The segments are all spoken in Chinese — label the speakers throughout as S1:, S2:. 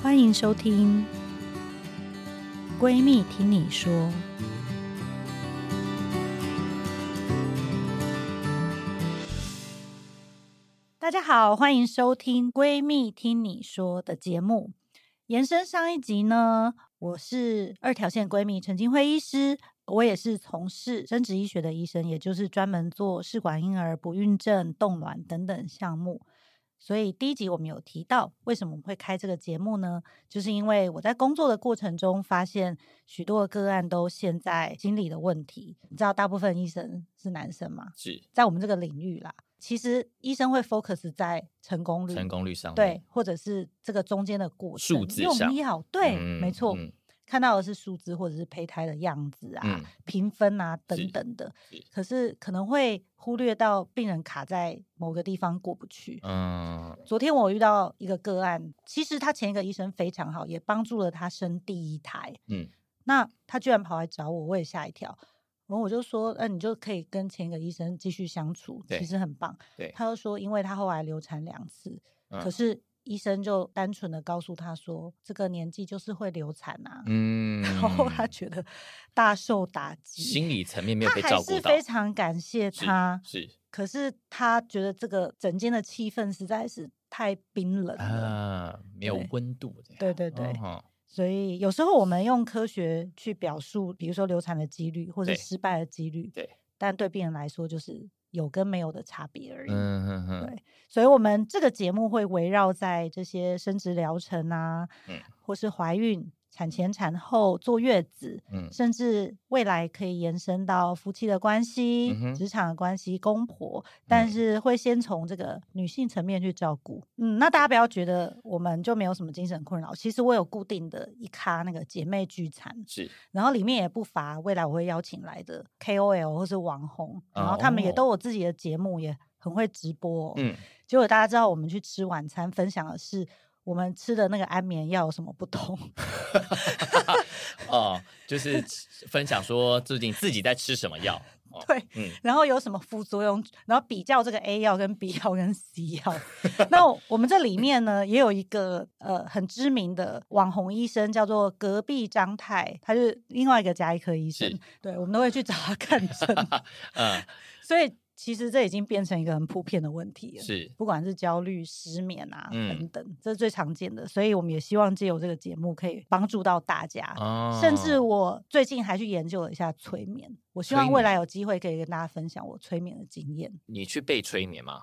S1: 欢迎收听《闺蜜听你说》。大家好，欢迎收听《闺蜜听你说》的节目。延伸上一集呢，我是二条线闺蜜陈金辉医师，我也是从事生殖医学的医生，也就是专门做试管婴儿、不孕症、冻卵等等项目。所以第一集我们有提到，为什么我们会开这个节目呢？就是因为我在工作的过程中发现，许多的个案都陷在心理的问题。你知道，大部分医生是男生嘛，
S2: 是
S1: 在我们这个领域啦，其实医生会 focus 在成功率、
S2: 成功率上
S1: 对，或者是这个中间的过程，
S2: 数字
S1: 因为我们
S2: 上
S1: 要
S2: 面
S1: 对，
S2: 嗯
S1: 没错，
S2: 嗯
S1: 看到的是数字或者是胚胎的样子啊、
S2: 嗯
S1: 评分啊等
S2: 是
S1: 等的
S2: 是，
S1: 可是可能会忽略到病人卡在某个地方过不去。
S2: 嗯
S1: 昨天我遇到一个个案，其实他前一个医生非常好，也帮助了他生第一胎。
S2: 嗯
S1: 那他居然跑来找我，我也吓一跳。然后我就说，嗯、你就可以跟前一个医生继续相处，
S2: 对
S1: 其实很棒。
S2: 对，
S1: 他就说，因为他后来流产两次，可
S2: 嗯
S1: 是医生就单纯的告诉他说，这个年纪就是会流产啊。
S2: 嗯，
S1: 然后他觉得大受打击，
S2: 心理层面没有
S1: 他
S2: 被
S1: 还
S2: 照顾
S1: 是
S2: 到，
S1: 非常感谢
S2: 是
S1: 他，
S2: 是
S1: 可是他觉得这个整间的气氛实在是太冰冷了，
S2: 啊，没有
S1: 对
S2: 温度的呀，
S1: 对对对
S2: 哦
S1: 所以有时候我们用科学去表述，比如说流产的几率或是
S2: 对
S1: 失败的几率，
S2: 对，
S1: 但对病人来说就是有跟没有的差别而已。
S2: 嗯哼哼，
S1: 对，所以我们这个节目会围绕在这些生殖疗程啊，
S2: 嗯
S1: 或是怀孕、产前、产后、坐月子，
S2: 嗯
S1: 甚至未来可以延伸到夫妻的关系
S2: 嗯、哼
S1: 职场的关系、公婆，但
S2: 嗯
S1: 是会先从这个女性层面去照顾。嗯，那大家不要觉得我们就没有什么精神困扰，其实我有固定的一咖那个姐妹聚餐，
S2: 是
S1: 然后里面也不乏未来我会邀请来的 KOL 或是网红，然后他们也
S2: 哦
S1: 都有自己的节目，也很会直播、哦。
S2: 嗯
S1: 结果大家知道我们去吃晚餐，分享的是我们吃的那个安眠药有什么不同。
S2: 哦，就是吃分享说最近自己在吃什么药，哦
S1: 对，
S2: 嗯
S1: 然后有什么副作用，然后比较这个 A 药跟 B 药跟 C 药。 那我我们这里面呢，也有一个呃很知名的网红医生，叫做隔壁张太，他是另外一个加医科医生
S2: 是。
S1: 对，我们都会去找他看 诊，
S2: 嗯
S1: 所以其实这已经变成一个很普遍的问题了。
S2: 是
S1: 不管是焦虑、失眠啊、
S2: 嗯
S1: 等等，这是最常见的，所以我们也希望借由这个节目可以帮助到大家。
S2: 哦，
S1: 啊甚至我最近还去研究了一下催眠，我希
S2: 催
S1: 望未
S2: 眠
S1: 来有机会可以跟大家分享我催眠的经验。
S2: 你去被催眠吗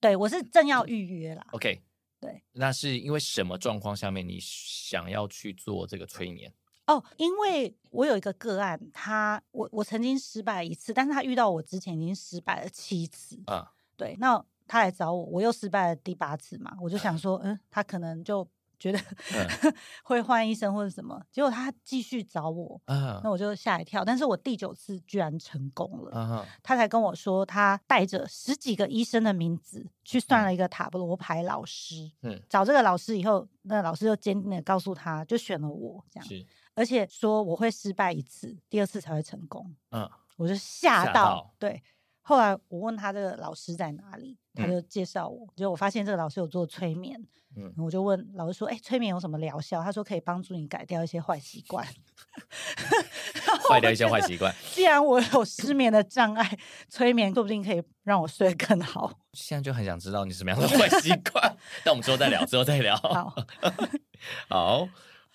S1: 对我是正
S2: 嗯
S1: 要预约啦，
S2: ？OK，
S1: 对，
S2: 那是因为什么状况下面你想要去做这个催眠？
S1: 哦，因为我有一个个案，他我我曾经失败一次，但是他遇到我之前已经失败了七次，
S2: 嗯
S1: 对，那他来找我，我又失败了第八次嘛，我就想说，嗯，他可能就觉得
S2: 嗯
S1: 会换医生或者什么，结果他继续找我，
S2: 嗯
S1: 那我就吓一跳，但是我第九次居然成功了，
S2: 嗯哼
S1: 他才跟我说，他带着十几个医生的名字去算了一个塔罗牌老师。
S2: 嗯
S1: 找这个老师以后，那老师就坚定的告诉他，就选了我这样，
S2: 是
S1: 而且说我会失败一次，第二次才会成功。
S2: 嗯
S1: 我就吓到，
S2: 吓到
S1: 对。后来我问他这个老师在哪里，他
S2: 嗯
S1: 就介绍我，结果我发现这个老师有做催眠，
S2: 嗯
S1: 然后我就问老师说：“哎、催眠有什么疗效？”他说可以帮助你改掉一些坏习 惯。
S2: 坏掉一些坏习惯。
S1: 既然我有失眠的障碍，催眠说不定可以让我睡得更好。
S2: 现在就很想知道你什么样的坏习 惯，但我们之后再聊，之后再聊。
S1: 好，
S2: 好，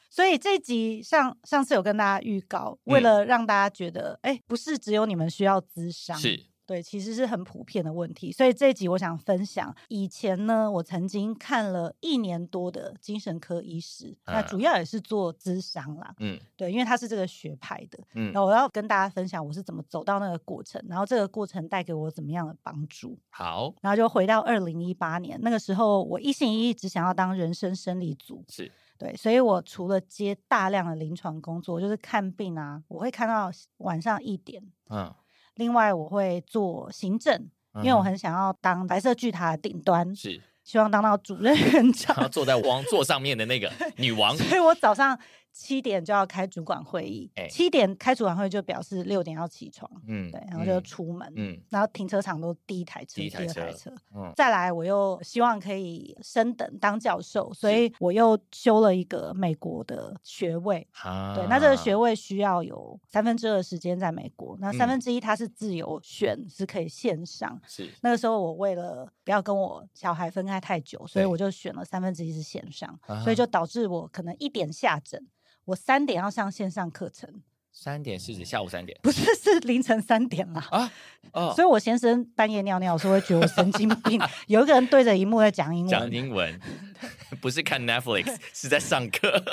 S1: 所以这集上上次有跟大家预告，为
S2: 嗯
S1: 了让大家觉得，哎、不是只有你们需要咨商，
S2: 是
S1: 对，其实是很普遍的问题。所以这一集我想分享，以前呢，我曾经看了一年多的精神科医师，那
S2: 嗯
S1: 主要也是做咨商啦，
S2: 嗯
S1: 对，因为他是这个学派的。
S2: 嗯
S1: 然，后我要跟大家分享我是怎么走到那个过程，然后这个过程带给我怎么样的帮助。
S2: 好
S1: 然后就回到二零一八年，那个时候我一心一意只想要当人生生理组，
S2: 是
S1: 对，所以我除了接大量的临床工作，就是看病啊，我会看到晚上一点。
S2: 嗯，
S1: 另外，我会做行政，因为我很想要当白色巨塔的顶端
S2: 嗯，是
S1: 希望当到主任院
S2: 然 后
S1: 长。
S2: 坐在王座上面的那个女王，
S1: 所以我早上七点就要开主管会议
S2: 哎，
S1: 七点开主管会就表示六点要起床，
S2: 嗯，
S1: 对，然后就
S2: 嗯
S1: 出门，
S2: 嗯
S1: 然后停车场都第一台车，
S2: 第一
S1: 第
S2: 台
S1: 二
S2: 车
S1: 台车，
S2: 嗯
S1: 再来，我又希望可以升等当教授，所以我又修了一个美国的学位。
S2: 哈，
S1: 对，那这个学位需要有三分之二时间在美国，那三
S2: 嗯
S1: 分之一它是自由选，是可以线上。
S2: 是
S1: 那个时候我为了不要跟我小孩分开太久，所以
S2: 对
S1: 我就选了三分之一是线上，所
S2: 啊
S1: 以就导致我可能一点下诊，我三点要上线上课程，
S2: 三点是指下午三点
S1: 不是是凌晨三点啦。
S2: 啊哦，
S1: 所以我先生半夜尿尿的时候会觉得我神 经病，有一个人对着荧幕在讲英
S2: 讲
S1: 文，
S2: 英文 不是看 Netflix，是在上课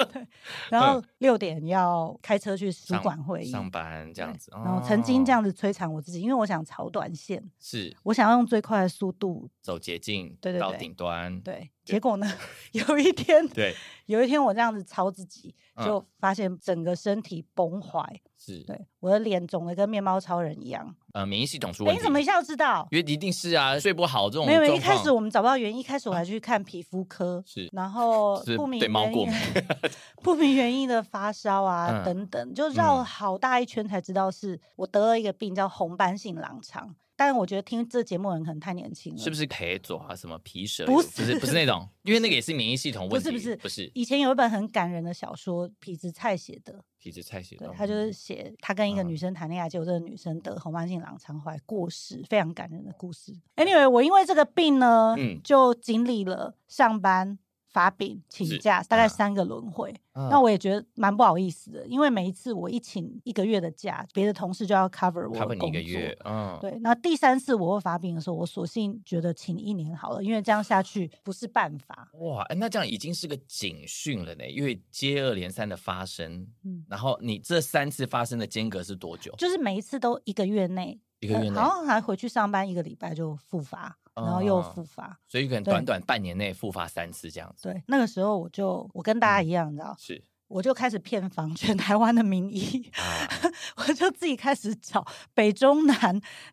S1: 然后六点要开车去主
S2: 嗯上
S1: 管会议。
S2: 上班这样子。
S1: 然后曾经这
S2: 哦
S1: 样子摧残我自己，因为我想炒短线，
S2: 是
S1: 我想要用最快的速度。
S2: 走捷径，
S1: 对对
S2: 到
S1: 对
S2: 顶端，
S1: 对，结果呢， 有一天，
S2: 对
S1: 有一天我这样子炒自己，
S2: 嗯
S1: 就发现整个身体崩坏，
S2: 是
S1: 对，我的脸肿的跟面包超人一样。
S2: 呃免疫系统出
S1: 哎，
S2: 问
S1: 你
S2: 题，
S1: 怎么一下就知道？
S2: 因为一定是啊，睡不好这种
S1: 没有，一
S2: 状
S1: 开
S2: 况嗯
S1: 始我们找不到原因，一开始我还去看皮肤科，
S2: 是
S1: 然后
S2: 是
S1: 不明
S2: 对猫
S1: 原
S2: 过
S1: 因
S2: 敏
S1: 不明原因的发烧啊、
S2: 嗯
S1: 等等，就绕
S2: 嗯
S1: 好大一圈才知道是我得了一个病叫红斑性狼疮。但我觉得听这节目的人可能太年轻了，
S2: 是不是陪佐啊什么皮蛇？
S1: 不
S2: 不是不是那种，因为那个也是免疫系统
S1: 不
S2: 问
S1: 是
S2: 题，
S1: 不是
S2: 不是
S1: 以前有一本很感人的小说，痞子蔡写的，
S2: 皮质菜系
S1: 对
S2: 统，
S1: 他就是写他跟一个
S2: 嗯
S1: 女生谈恋爱，结果这个女生得红斑性狼疮，后来过世，非常感人的故事。Anyway，我因为这个病呢，
S2: 嗯
S1: 就经历了上班、发病、请
S2: 是嗯
S1: 假，大概
S2: 啊
S1: 三个轮回。那
S2: 那
S1: 我也觉得蛮不好意思的，因为每一次我一请一个月的假，别的同事就要 cover 我的
S2: cover
S1: 工作。
S2: 你一个月，嗯，
S1: 对，那第三次我会发病的时候，我索性觉得请一年好了，因为这样下去不是办法。
S2: 哇，哎那这样已经是个警讯了呢，因为接二连三的发生，
S1: 嗯，
S2: 然后你这三次发生的间隔是多久？
S1: 就是每一次都一个月内，
S2: 一个
S1: 呃
S2: 月内
S1: 好，像还回去上班一个礼拜就复发，然后又
S2: 啊
S1: 复发。
S2: 所以可能
S1: 对
S2: 短短半年内复发三次这样子，
S1: 对，那个时候我就我跟大
S2: 嗯
S1: 家一样，你知道，
S2: 是
S1: 我就开始遍访全 台湾的名医，
S2: 啊，
S1: 我就自己开始找北中南，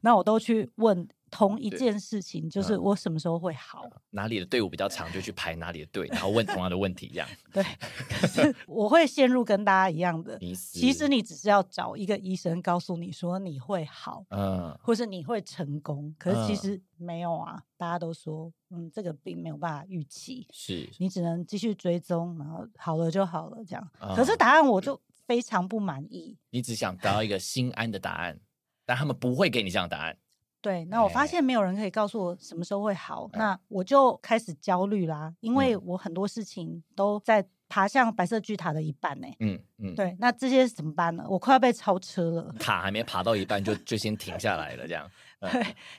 S1: 然后我都去问同一
S2: 对
S1: 件事情，就是
S2: 嗯
S1: 我什么时候会好。
S2: 哪里的队伍比较长就去排哪里的队，然后问同样的问题，这样
S1: 对，可是我会陷入跟大家一样的，
S2: 迷思。
S1: 其实你只是要找一个医生告诉你说你会好，
S2: 嗯，
S1: 或是你会成功，可是其
S2: 嗯
S1: 实没有啊，大家都说，嗯，这个病没有办法预期，
S2: 是
S1: 你只能继续追踪，然后好了就好了这样。可是
S2: 嗯
S1: 答案我就非常不满意。
S2: 你只想得到一个心安的答案，但他们不会给你这样的答案。
S1: 对，那我发
S2: 哎
S1: 现没有人可以告诉我什么时候会好，
S2: 哎
S1: 那我就开始焦虑啦，因为
S2: 嗯
S1: 我很多事情都在爬向白色巨塔的一半呢、
S2: 嗯嗯，
S1: 对，那这些怎么办呢？我快要被超车了。
S2: 塔还没爬到一半就就先停下来了，这样。嗯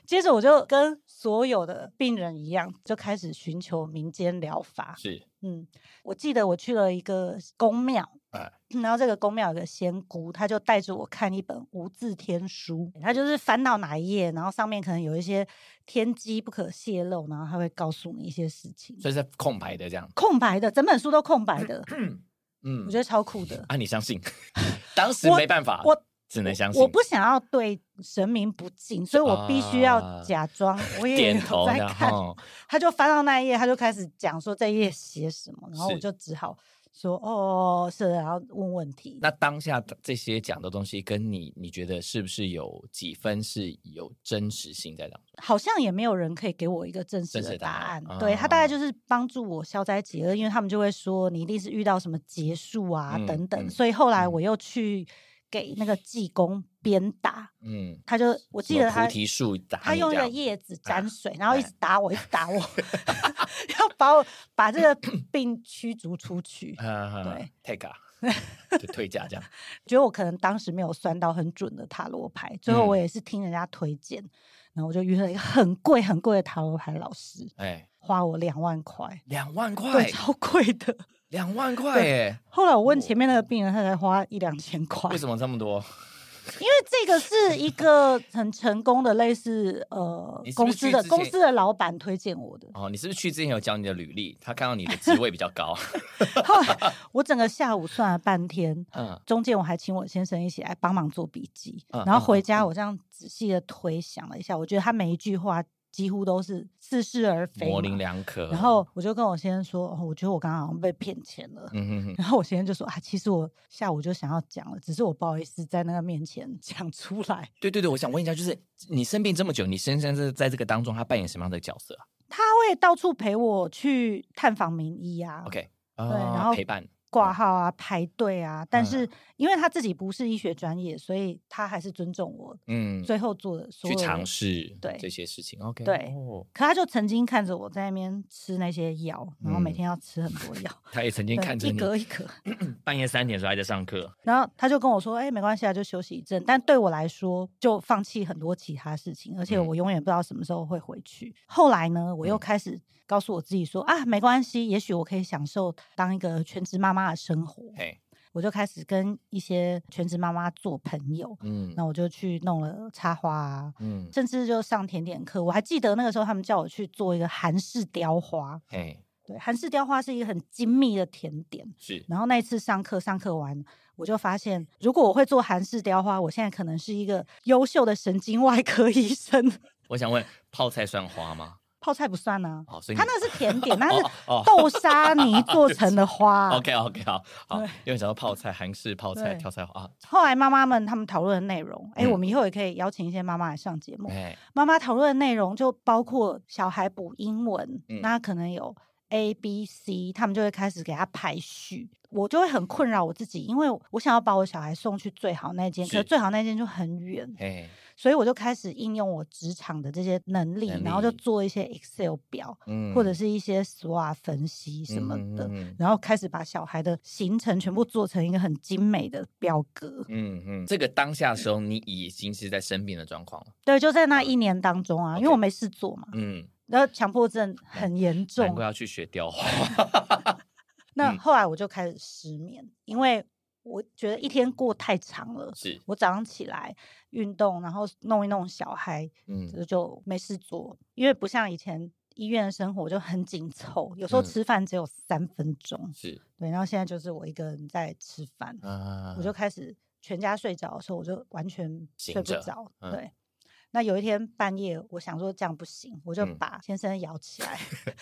S1: 接着我就跟所有的病人一样，就开始寻求民间疗法。
S2: 是
S1: 嗯，我记得我去了一个宫庙，
S2: 哎
S1: 然后这个宫庙有个仙姑，她就带着我看一本无字天书，她就是翻到哪一页，然后上面可能有一些天机不可泄露，然后她会告诉你一些事情，
S2: 所以是空白的这样。
S1: 空白的，整本书都空白的，
S2: 嗯
S1: 我觉得超酷 的。
S2: 啊，你相信？ 当时
S1: 我
S2: 没办法，
S1: 我
S2: 只啊能相信。
S1: 我不想要对神明不敬，所以我必须要
S2: 啊
S1: 假装我也
S2: 点
S1: 有
S2: 头
S1: 在
S2: 然
S1: 看。
S2: 后
S1: 他就翻到那一页，他就开始讲说这一页写什么，然后我
S2: 是
S1: 就只好说哦是，然后问问题。
S2: 那当下这些讲的东西，跟你你觉得是不是有几分是有真实性在当中？
S1: 好像也没有人可以给我一个正式
S2: 正
S1: 的
S2: 式
S1: 答
S2: 答
S1: 案
S2: 案。
S1: 对他大概
S2: 哦
S1: 就是帮助我消灾解厄，因为他们就会说你一定是遇到什么结束啊、
S2: 嗯
S1: 等等，
S2: 嗯
S1: 所以后来
S2: 嗯
S1: 我又去给那个济公鞭打，
S2: 嗯，
S1: 他就我记得
S2: 什么
S1: 他
S2: 菩提树打
S1: 他
S2: 你
S1: 用
S2: 这
S1: 那个
S2: 样
S1: 叶子
S2: 啊
S1: 沾水，然后一
S2: 哎
S1: 直打我，一直 打我， 要把我把这个病驱逐出 去。
S2: 啊
S1: 对
S2: ，take 啊，就退价这样。
S1: 觉得我可能当时没有算到很准的塔罗牌，最后我
S2: 嗯
S1: 也是听人家推荐，然后我就约了一个很贵很贵的塔罗牌老师，
S2: 哎，
S1: 花我两万块，
S2: 两万块
S1: 对，，超贵的。
S2: 两万块耶！
S1: 后来我问
S2: 哇
S1: 前面那个病人，他才花一两千块，
S2: 哦为什么这么多？
S1: 因为这个是一个很成功的类似呃
S2: 你是不
S1: 公
S2: 是
S1: 司
S2: 去
S1: 的
S2: 之
S1: 公
S2: 前
S1: 司的老板推荐我的，
S2: 哦，你是不是去之前有讲你的履历？他看到你的职位比较 高，
S1: 后来我整个下午算了半天。
S2: 嗯，
S1: 中间我还请我先生一起来帮忙做笔记，
S2: 嗯
S1: 然后
S2: 嗯
S1: 回
S2: 嗯
S1: 家
S2: 嗯
S1: 我这样仔细的推想了一下，我觉得他每一句话几乎都是似是而非
S2: 模
S1: 嘛
S2: 棱两可。
S1: 然后，我就跟我先生说，哦，我觉得我刚刚好像被骗钱了。
S2: 嗯哼哼，
S1: 然后我先生就说啊，其实我下午就想要讲了，只是我不好意思在那个面前 讲出来。
S2: 对对对，我想问一下，就是你生病这么久，你先生是在这个当中他扮演什么样的角色啊
S1: 他会到处陪我去探访名医啊
S2: ？OK，
S1: 对，然
S2: 啊
S1: 后
S2: 陪伴，
S1: 挂号啊、排队啊。但
S2: 嗯
S1: 是因为他自己不是医学专业，所以他还是尊重我
S2: 嗯，
S1: 最后做的所
S2: 去
S1: 有的
S2: 尝。试
S1: 对
S2: 这些事情。OK，
S1: 对
S2: 哦
S1: 可他就曾经看着我在那边吃那些药，然后每
S2: 嗯
S1: 天要吃很多药，
S2: 他也曾经
S1: 对
S2: 看着
S1: 一
S2: 你
S1: 格一格。
S2: 半夜三点的时候还在上课，
S1: 然后他就跟我说：“哎、没关系啊，就休息一阵。”但对我来说，就放弃很多其他事情，而且
S2: 嗯
S1: 我永远不知道什么时候会回去。后来呢，我又
S2: 嗯
S1: 开始告诉我自己说：“啊，没关系，也许我可以享受当一个全职妈妈的生活。
S2: 嘿，”
S1: 我就开始跟一些全职妈妈做朋友，
S2: 嗯
S1: 那我就去弄了插花啊，
S2: 嗯，
S1: 甚至就上甜点课。我还记得那个时候，他们叫我去做一个韩式雕花。
S2: 嘿，
S1: 对，韩式雕花是一个很精密的甜点。
S2: 是，
S1: 然后那一次上课上课完，我就发现，如果我会做韩式雕花，我现在可能是一个优秀的神经外科 医生。
S2: 我想问，泡菜算花吗？
S1: 泡菜不算啊，
S2: 好，所以
S1: 它
S2: 你
S1: 那个是甜点，那是
S2: 哦哦
S1: 豆沙泥做成的花。
S2: OK OK 好好
S1: 对，
S2: 因为想到泡菜，韩式泡菜、
S1: 对
S2: 跳菜花啊，
S1: 后来妈妈们她们讨论的内容，哎、
S2: 嗯
S1: 我们以后也可以邀请一些妈妈来上节目。
S2: 哎，
S1: 妈妈讨论的内容就包括小孩补英文，
S2: 嗯
S1: 那可能有 A、B、C，他们就会开始给他排序。我就会很困扰我自己，因为我想要把我小孩送去最好那间，可是
S2: 是
S1: 最好那间就很远，
S2: 嘿，
S1: 所以我就开始应用我职场的这些能力，
S2: 能
S1: 然后就
S2: 力
S1: 做一些 Excel 表、
S2: 嗯
S1: 或者是一些 SWOT 分析什么的，
S2: 嗯
S1: 然后开始把小孩的行程全部做成一个很精美的表格。
S2: 嗯嗯，这个当下的时候，你已经是在生病的状况了，
S1: 对，就在那一年当中啊，因为
S2: OK
S1: 我没事做嘛，
S2: 嗯，
S1: 然后强迫症很严
S2: 难
S1: 重
S2: 怪，要去学 雕花，
S1: 那
S2: 嗯
S1: 后来我就开始失眠，因为我觉得一天过太长了。
S2: 是，
S1: 我早上起来运动，然后弄一弄小孩，
S2: 嗯
S1: 就就没事做，因为不像以前医院的生活就很紧凑，有时候
S2: 嗯
S1: 吃饭只有三分钟，
S2: 是
S1: 对，然后现在就是我一个人在吃饭，
S2: 啊，
S1: 我就开始全家睡着的时候，我就完全睡
S2: 醒
S1: 不
S2: 着
S1: 着，
S2: 嗯
S1: 对。那有一天半夜，我想说这样不行，我就
S2: 嗯
S1: 把先生摇起来，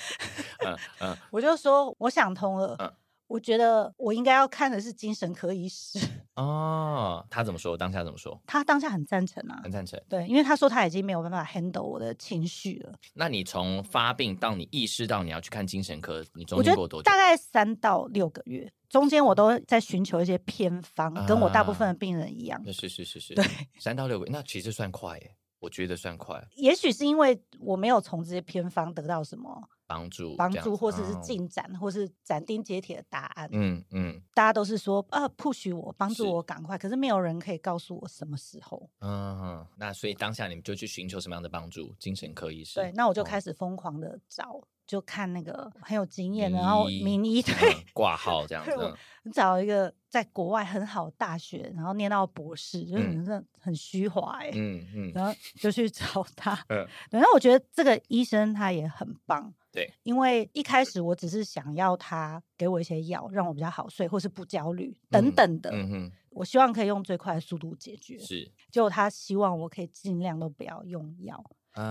S2: 嗯嗯
S1: 我就说我想通了，
S2: 嗯
S1: 我觉得我应该要看的是精神科医师。
S2: 哦，他怎么说？当下怎么说？
S1: 他当下很赞成啊
S2: 很，赞成。
S1: 对，因为他说他已经没有办法 handle 我的情绪了。
S2: 那你从发病到你意识到你要去看精神科，你中
S1: 我觉
S2: 间过
S1: 得
S2: 多久
S1: 大？概三到六个月，中间我都在寻求一些偏方，跟我大部分
S2: 啊
S1: 的病人一样。
S2: 那是是是是，
S1: 对，
S2: 三到六个月，那其实算快耶，我觉得算快，
S1: 也许是因为我没有从这些偏方得到什么
S2: 帮助
S1: 帮
S2: 这样
S1: 助，
S2: 子
S1: 或者是
S2: 哦
S1: 进展，或是斩钉截铁的答案。
S2: 嗯嗯
S1: 大家都是说，呃，push 我，帮助
S2: 是
S1: 我赶快，可是没有人可以告诉我什么时候。
S2: 嗯，那所以当下你们就去寻求什么样的帮助？精神科医师。
S1: 对，那我就
S2: 哦
S1: 开始疯狂的找，就看那个很有经验的，
S2: 名
S1: 然后
S2: 医
S1: 名 医，对，
S2: 嗯挂号这样子啊
S1: 对。我找一个在国外很好的大学，然后念到博士，就是真
S2: 嗯
S1: 的很虚华哎、
S2: 嗯嗯嗯
S1: 然后就去找他。
S2: 嗯
S1: 对然后我觉得这个医生他也很棒，
S2: 对，
S1: 因为一开始我只是想要他给我一些药，让我比较好睡，或是不焦虑等
S2: 嗯
S1: 等的。
S2: 嗯哼，
S1: 我希望可以用最快的速度解决。
S2: 是。
S1: 结果他希望我可以尽量都不要用药。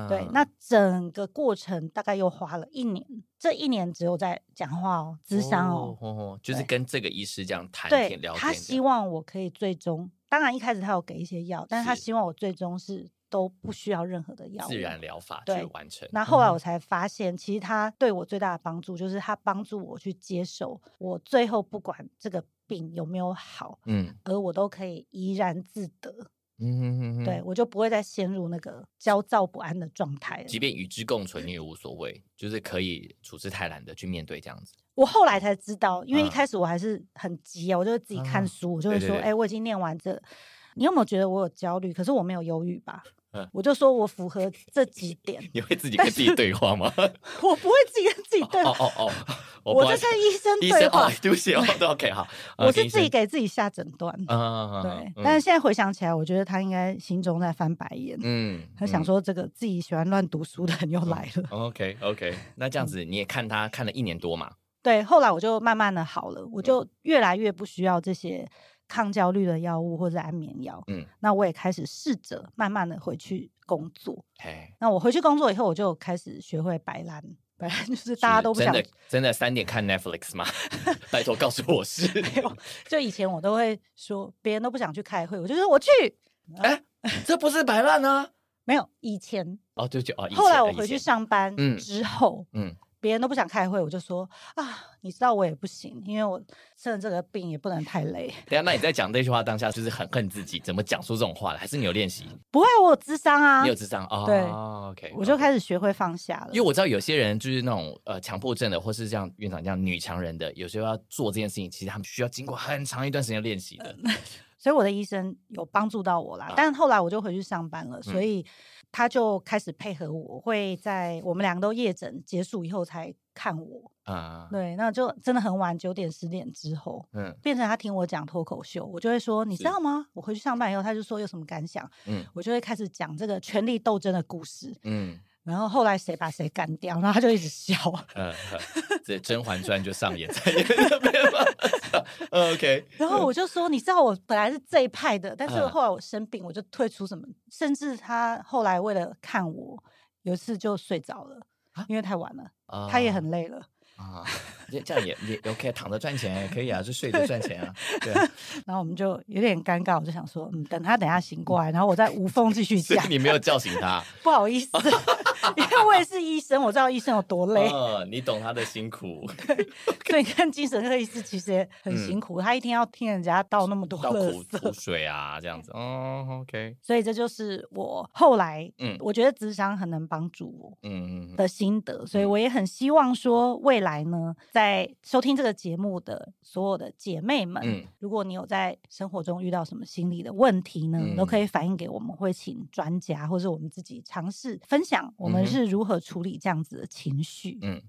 S1: 对
S2: 啊，
S1: 那整个过程大概又花了一年，这一年只有在讲话哦，咨商哦
S2: 哦哦，就是
S1: 对
S2: 跟这个医师这样谈
S1: 对
S2: 天聊，天这
S1: 他
S2: 样，
S1: 希望我可以最终，当然一开始他有给一些药，但是他
S2: 是
S1: 希望我最终是都不需要任何的药物，
S2: 自然疗法
S1: 对
S2: 去完成。
S1: 那后来我
S2: 嗯
S1: 才发现，其实他对我最大的帮助就是他帮助我去接受，我最后不管这个病有没有好，
S2: 嗯
S1: 而我都可以怡然自得，
S2: 嗯哼哼哼
S1: 对，我就不会再陷入那个焦躁不安的状态了
S2: 即。便与之共存，你也无所谓，就是可以处之泰然的去面对这样子。
S1: 我后来才知道，因为一
S2: 嗯
S1: 开始我还是很急啊，我就会自己看
S2: 啊
S1: 书，我就会
S2: 对对
S1: 说，
S2: 对
S1: 哎、我已经念完这。你有没有觉得我有焦虑？可是我没有忧郁吧？
S2: 嗯
S1: 我就说我符合这 几点，
S2: 你会自己跟自己对话吗？
S1: 我不会自己跟自己对话
S2: 哦，哦哦，
S1: 我
S2: 在
S1: 在跟医生
S2: 医
S1: 对
S2: 生
S1: 话
S2: 哦，，对不起哦，对，OK，好，呃
S1: 我
S2: 跟
S1: 是
S2: 医
S1: 自己
S2: 生
S1: 给自己下诊断。
S2: 啊，
S1: 对，
S2: 嗯
S1: 但是现在回想起来，我觉得他应该心中在翻白眼，
S2: 嗯，
S1: 他想
S2: 嗯
S1: 说这个自己喜欢乱读书的人又来了。
S2: OK OK，那这样子你也看他看了一年多嘛，
S1: 对，后来我就慢慢的好了，
S2: 嗯
S1: 我就越来越不需要这些抗焦虑的药物或者安眠药。
S2: 嗯，
S1: 那我也开始试着慢慢的回去工作。
S2: 嘿，
S1: 那我回去工作以后，我就开始学会摆烂。摆烂就是大家
S2: 是
S1: 都不
S2: 真
S1: 想
S2: 的真的三点看 Netflix 吗？拜托告诉我是。
S1: 没有，就以前我都会说，别人都不想去开会，我就说我去。
S2: 哎，这不是摆烂啊！
S1: 没有，以前
S2: 哦，对不起哦，以
S1: 后来
S2: 前
S1: 我
S2: 以
S1: 回去
S2: 前
S1: 上班
S2: 嗯
S1: 之后，
S2: 嗯，
S1: 别人都不想开会，我就说啊，你知道我也不行，因为我生了这个病也不能太累。
S2: 等一下，那你在讲这句话当下，就是很恨自己，怎么讲出这种话来？还是你有练习？
S1: 不会，我有智商啊
S2: 你，有智商啊？
S1: 对
S2: 哦，OK，
S1: 我就
S2: 始。
S1: 开始学会放下了
S2: 因为。我知道有些人就是那种呃强迫症的，或是像院长这样女强人的，有时候要做这件事情，其实他们需要经过很长一段时间练习的。
S1: 所以我的医生有帮助到我啦。
S2: 啊嗯
S1: 但后来我就回去上班了，所以他就开始配合我，会在我们两个都夜诊结束以后才看我。
S2: 啊、
S1: 呃对，那就真的很晚，九点十点之后。
S2: 嗯
S1: 变成他听我讲脱口秀，我就会说，你知
S2: 是
S1: 道吗？我回去上班以后，他就说有什么感想，
S2: 嗯
S1: 我就会开始讲这个权力斗争的故事。
S2: 嗯
S1: 然后后来谁把谁干掉，然后他就一直笑。
S2: 呃，这《甄嬛传》就上演在那边吗呃？OK，
S1: 然后我就说，你知道我本来是这一派的，但是
S2: 嗯
S1: 后来我生病，我就退出什么，甚至他后来为了看我，有一次就睡着了
S2: 啊，
S1: 因为太晚了，
S2: 啊
S1: 他也很累了，
S2: 啊，这这样也也 OK，躺着赚钱也可以啊，就睡着赚钱 啊，对啊。
S1: 然后我们就有点尴尬，我就想说，嗯，等他等下醒过来，然后我再无缝继续
S2: 所以
S1: 讲，
S2: 你没有叫醒他，
S1: 不好 意思，因为我也是医生，我知道医生有多 累，
S2: 哦，你懂他的辛苦，
S1: 所以看精神科医师其实也很辛苦，他一天要听人家倒那么多
S2: 嗯倒苦
S1: 垃
S2: 苦
S1: 圾，
S2: 水啊，这样子。哦，OK，
S1: 所以这就是我后来，
S2: 嗯
S1: 我觉得智商很能帮助我。
S2: 嗯嗯嗯，
S1: 的心得，所以
S2: 嗯
S1: 我也很希望说，未来呢，在收听这个节目的所有的姐妹们，
S2: 嗯
S1: 如果你有在生活中遇到什么心理的问题呢，都可
S2: 嗯
S1: 以反映给我们，会请专家或者我们自己尝试分享，我们
S2: 嗯哼
S1: 是如何处理这样子的情绪。
S2: 嗯，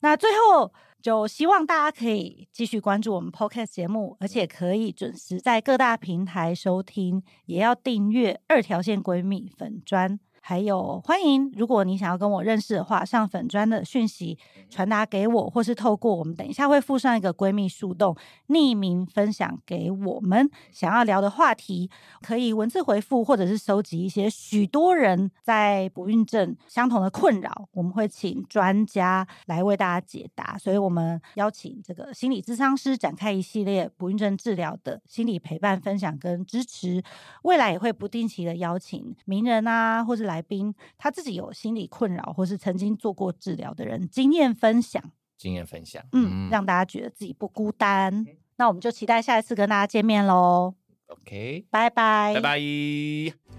S1: 那最后。就希望大家可以继续关注我们 podcast 节目，而且可以准时在各大平台收听，也要订阅二条线闺蜜粉砖。还有欢迎，如果你想要跟我认识的话，上粉砖的讯息
S2: 嗯
S1: 传达给我，或是透过我们等一下会附上一个闺蜜树洞，匿名分享给我们想要聊的话题，可以文字回复，或者是收集一些许多人在不孕症相同的困扰，我们会请专家来为大家解答。所以我们邀请这个心理咨商师展开一系列不孕症治疗的心理陪伴分享跟支持，未来也会不定期的邀请名人啊，或是来宾，他自己有心理困扰或是曾经做过治疗的人经验分享。
S2: 经验分享，
S1: 嗯，让大家觉得自己不孤单。那我们就期待下一次跟大家见面喽，
S2: OK，
S1: 拜拜，
S2: 拜拜。